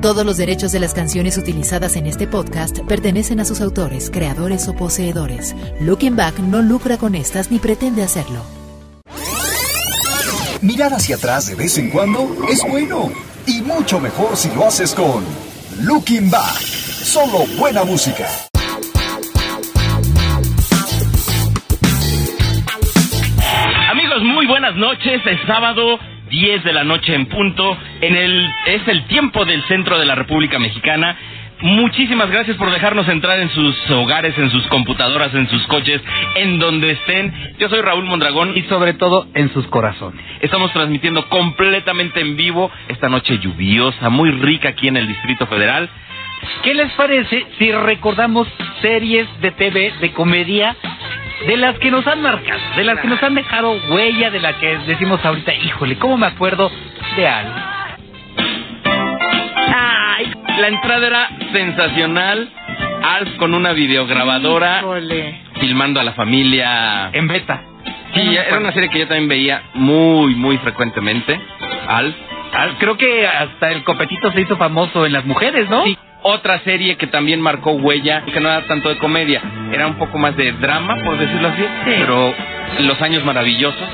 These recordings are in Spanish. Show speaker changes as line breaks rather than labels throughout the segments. Todos los derechos de las canciones utilizadas en este podcast pertenecen a sus autores, creadores o poseedores. Looking Back no lucra con estas ni pretende hacerlo.
Mirar hacia atrás de vez en cuando es bueno y mucho mejor si lo haces con Looking Back. Solo buena música.
Amigos, muy buenas noches. Es sábado 10 de la noche en punto. En el, es el tiempo del centro de la República Mexicana. Muchísimas gracias por dejarnos entrar en sus hogares, en sus computadoras, en sus coches, en donde estén. Yo soy Raúl Mondragón y
y sobre todo en sus corazones.
estamos transmitiendo completamente en vivo esta noche lluviosa, muy rica aquí en el Distrito Federal.
¿Qué les parece si recordamos series de TV de comedia de las que nos han marcado, de las que nos han dejado huella, de las que decimos ahorita, híjole, ¿cómo me acuerdo de algo?
¡Ay! La entrada era sensacional. Alf con una videograbadora
Híjole.
filmando a la familia.
En beta.
Sí, era una serie que yo también veía muy, muy frecuentemente. Alf.
Ah, Creo que hasta el copetito se hizo famoso en las mujeres, ¿no?
Sí, otra serie que también marcó huella, que no era tanto de comedia, era un poco más de drama, por decirlo así, pero Los Años Maravillosos,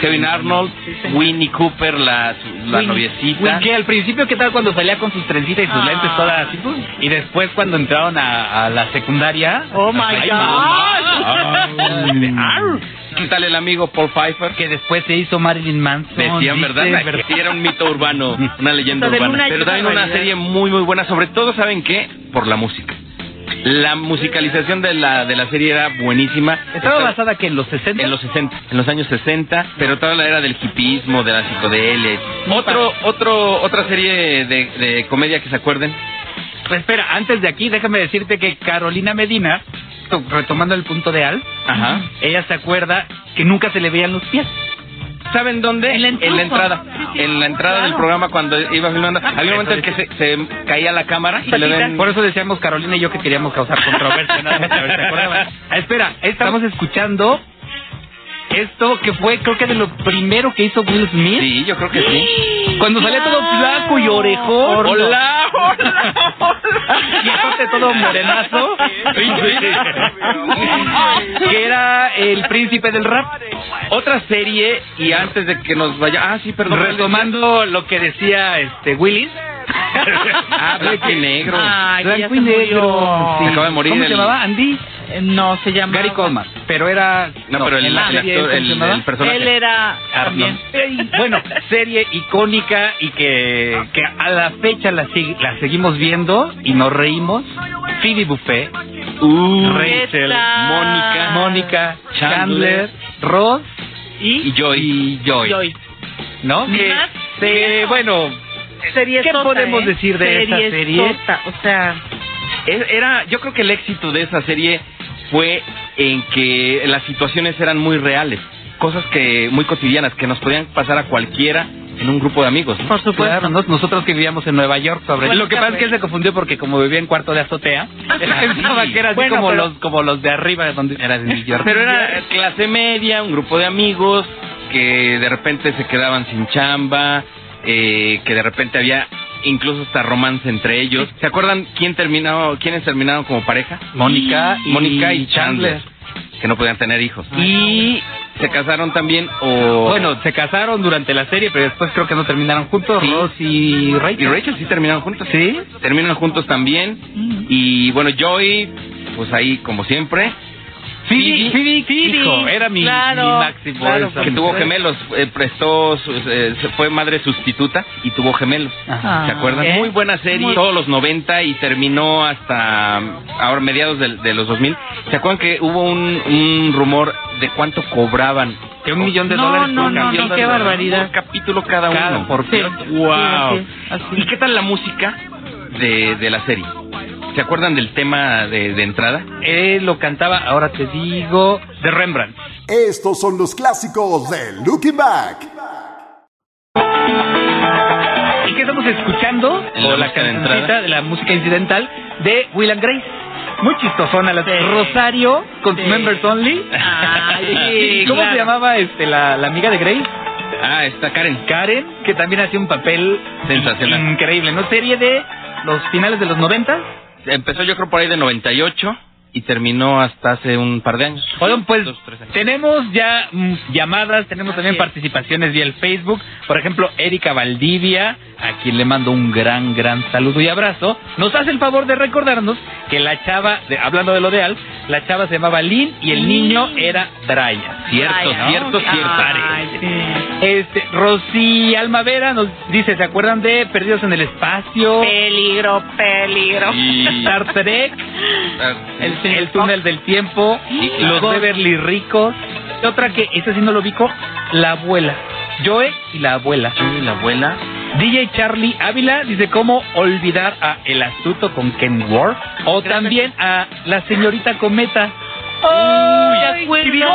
Kevin Arnold, Winnie Cooper, la, la
Winnie-
noviecita.
Winnie, Que al principio, ¿qué tal cuando salía con sus trencitas y sus
Ah.
lentes todas así? pues? Y después cuando entraron a, a la secundaria...
Oh my
¡Ay,
God.
mamá! Arr.
¿Qué tal el amigo Paul Pfizer?
que después se hizo Marilyn Manson.
Decían,
¿viste?
¿verdad?
¿Verdad?
Sí, era un mito urbano, una leyenda
O sea, de
urbana.
una y
Pero
otra
también una
barbaridad.
serie muy, muy buena. Sobre todo, ¿saben qué? Por la música. La musicalización de la, de la serie era buenísima.
Estaba basada que en los 60.
En los 60, en los años 60, pero toda la era del hipismo, de la psicodelia. Otro, otro, otra serie de, de comedia que se acuerden.
Pues espera, antes de aquí, déjame decirte que Carolina Medina, to- retomando el punto de Al,
Ajá.
ella se acuerda que nunca se le veían los pies.
¿Saben dónde?
En la
entrada. En la entrada del programa cuando iba filmando. Había un momento en que se, se caía la cámara y le ven-
Por eso decíamos Carolina y yo que queríamos causar controversia. nada más, a ver, ¿se acuerdan? Ah, espera, estamos escuchando esto que fue, creo que de lo primero que hizo Will Smith.
Sí, yo creo que sí.
Cuando salía todo flaco y orejón.
Hola, hola,
y aparte todo morenazo.
Sí, sí.
que era el príncipe del rap.
Otra serie y antes de que nos vaya. Ah, sí, perdón.
Retomando lo que decía este Willis.
Ah, blanco y negro.
Ay, que ya
Blanco
se
y negro.
murió.
Se acaba de morir
¿Cómo
el-
se llamaba? Andy.
Eh, No, se llama.
Gary Coleman. Pero era.
No, pero el,
en
el
la serie,
actor,
¿cómo
el,
se llamaba?
el personaje.
Él era
Arnold.
también.
Bueno, serie icónica y que, que a la fecha la, sig- la seguimos viendo y nos reímos. Phoebe Buffet,
Uh,
Rachel,
tal?
Mónica,
Mónica,
Chandler,
Chandler, Ross
y Joy. Eh,
y Joy.
Joy.
¿No?
Ni
Que,
más
se-
ni menos.
bueno,
Serie
¿Qué podemos decir de esta serie?
O sea,
E- Era, yo creo que el éxito de esa serie fue en que las situaciones eran muy reales, cosas que muy cotidianas que nos podían pasar a cualquiera en un grupo de amigos. ¿no?
por supuesto.
Claro, nos- nosotros que vivíamos en Nueva York sobre Ah,
Bueno,
Lo que
ya
pasa es que
ves.
él se confundió porque como vivía en cuarto de azotea, él pensaba que era así
Bueno,
como
pero-
los como los de arriba de donde era de New York.
Pero era clase media, un grupo de amigos que de repente se quedaban sin chamba, eh, que de repente había incluso hasta romance entre ellos. ¿Se acuerdan quién terminó, quiénes terminaron como pareja?
Mónica y,
Mónica y Chandler, que no podían tener hijos.
Y
se casaron también o
bueno, se casaron durante la serie, pero después creo que no terminaron juntos,
Sí.
Ross y Rachel.
y Rachel sí terminaron juntos
Sí.
terminaron juntos también y bueno Joy pues ahí como siempre
Phoebe,
Phoebe-
Phoebe, hijo, era mi,
claro,
mi máximo.
claro, pues.
esa
que
mujer.
tuvo gemelos eh, prestó sus, eh, se fue madre sustituta y tuvo gemelos
Ajá.
¿Se acuerdan?
¿Eh?
Muy buena serie,
Muy-
todos los 90 y terminó hasta mm, ahora mediados del- de, los 2000. ¿Se acuerdan que hubo un, un rumor de cuánto cobraban?
Que un millón de
No,
dólares
no,
por
no,
campeón
no,
de
qué
la-
barbaridad.
Por capítulo cada uno.
Cada- por
Sí.
cierto.
Sí,
Wow.
así es, así
¿Y
es.
qué tal la música de, de la serie? ¿Se acuerdan del tema de, de entrada?
Él Eh, lo cantaba, ahora te digo, de Rembrandt.
Estos son los clásicos de Looking Back.
¿Y qué estamos escuchando?
En la
o la
música de
cancioncita
entrada.
de la música incidental de Will and Grace. Muy chistosona la
Sí.
Rosario con
Sí.
sus Members Only.
Ay, sí,
¿Cómo
claro.
se llamaba este la, la amiga de Grace?
Ah, está Karen.
Karen, que también hacía un papel
Sensacional.
increíble, ¿no? Serie de los finales de los 90.
Empezó yo creo por ahí de 98 y terminó hasta hace un par de años.
Oigan, pues
Dos, tres años.
tenemos ya mm, llamadas, tenemos también
es.
participaciones vía el Facebook. Por ejemplo, Erika Valdivia, a quien le mando un gran, gran saludo y abrazo, nos hace el favor de recordarnos que la chava, de- hablando de lo de Alf, la chava se llamaba Lynn y el niño era Draya.
Cierto,
Ay, ay,
cierto, cierto.
ay, sí.
Este, Rosy Almavera nos dice, ¿se acuerdan de Perdidos en el Espacio?
Peligro, peligro.
Y- Ah,
Star Trek, el,
Sí.
el túnel del tiempo,
Sí, claro.
los Beverly Ricos, y otra que esa sí no lo ubico, la abuela, Joe y la abuela.
Yo y la abuela.
DJ Charlie Ávila dice cómo olvidar a El Astuto con Ken Ward o también a la señorita Cometa.
Ay,
Uy,
qué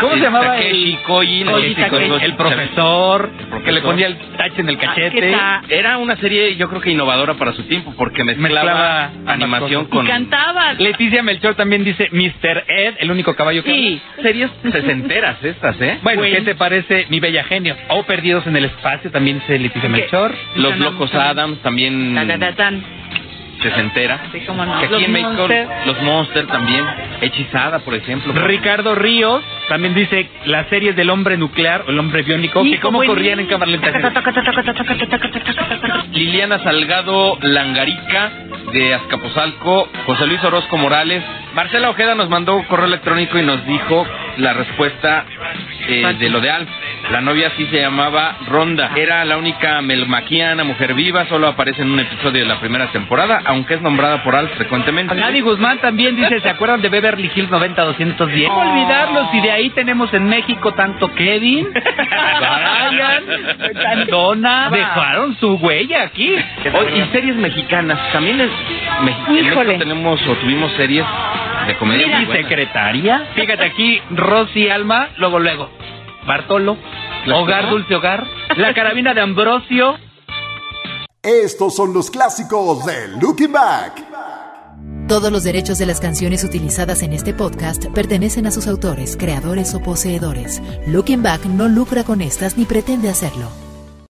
¿Cómo se
Sí,
llamaba
Takeshi
el,
Koji, no,
Koji
Takeshi Koji,
Takeshi, el
Koji.
profesor que
profesor.
le
Ah,
ponía el tache en el cachete?
Ah, ¿qué tal?
Era una serie, yo creo que innovadora para su tiempo, porque
Mezclaba
mezclaba,
ambas
animación
cosas.
con.
Y cantabas.
Leticia Melchor también dice Mr. Ed, el único caballo que
Sí.
Series sesenteras estas, ¿eh?
Bueno,
Bueno.
¿qué te parece Mi Bella Genio? O Perdidos en el Espacio, también dice Leticia Melchor.
Los Locos Adams también
Ta, ta, ta, tan.
sesentera.
Sí, cómo no.
Que
Los
aquí en México,
Monsters.
los Monster también. Hechizada, por ejemplo.
Ricardo Ríos también dice las series del hombre nuclear o el hombre biónico, que
Hijo,
cómo
buenísimo.
corrían en cámara lenta.
Liliana Salgado Langarica de Azcapotzalco, José Luis Orozco Morales. Marcela Ojeda nos mandó un correo electrónico y nos dijo la respuesta eh, de lo de Alf. La novia sí se llamaba Ronda. Era la única melmaquiana, mujer viva, solo aparece en un episodio de la primera temporada, aunque es nombrada por Alf frecuentemente.
Nadie Guzmán también dice, ¿se acuerdan de Beverly Hills 90210? ¿Cómo olvidarlos? Y de ahí tenemos en México tanto Kevin, Brian, Donna, dejaron su huella aquí.
Hoy, y series mexicanas, también es... Mex- en México
Híjole.
tenemos o tuvimos series de comedia.
Mira,
muy buenas.
secretaria. Fíjate aquí, Rosy Alma, luego, luego. Bartolo,
Claro.
Hogar, Dulce Hogar, La Carabina de Ambrosio.
Estos son los clásicos de Looking Back.
Todos los derechos de las canciones utilizadas en este podcast pertenecen a sus autores, creadores o poseedores. Looking Back no lucra con estas ni pretende hacerlo.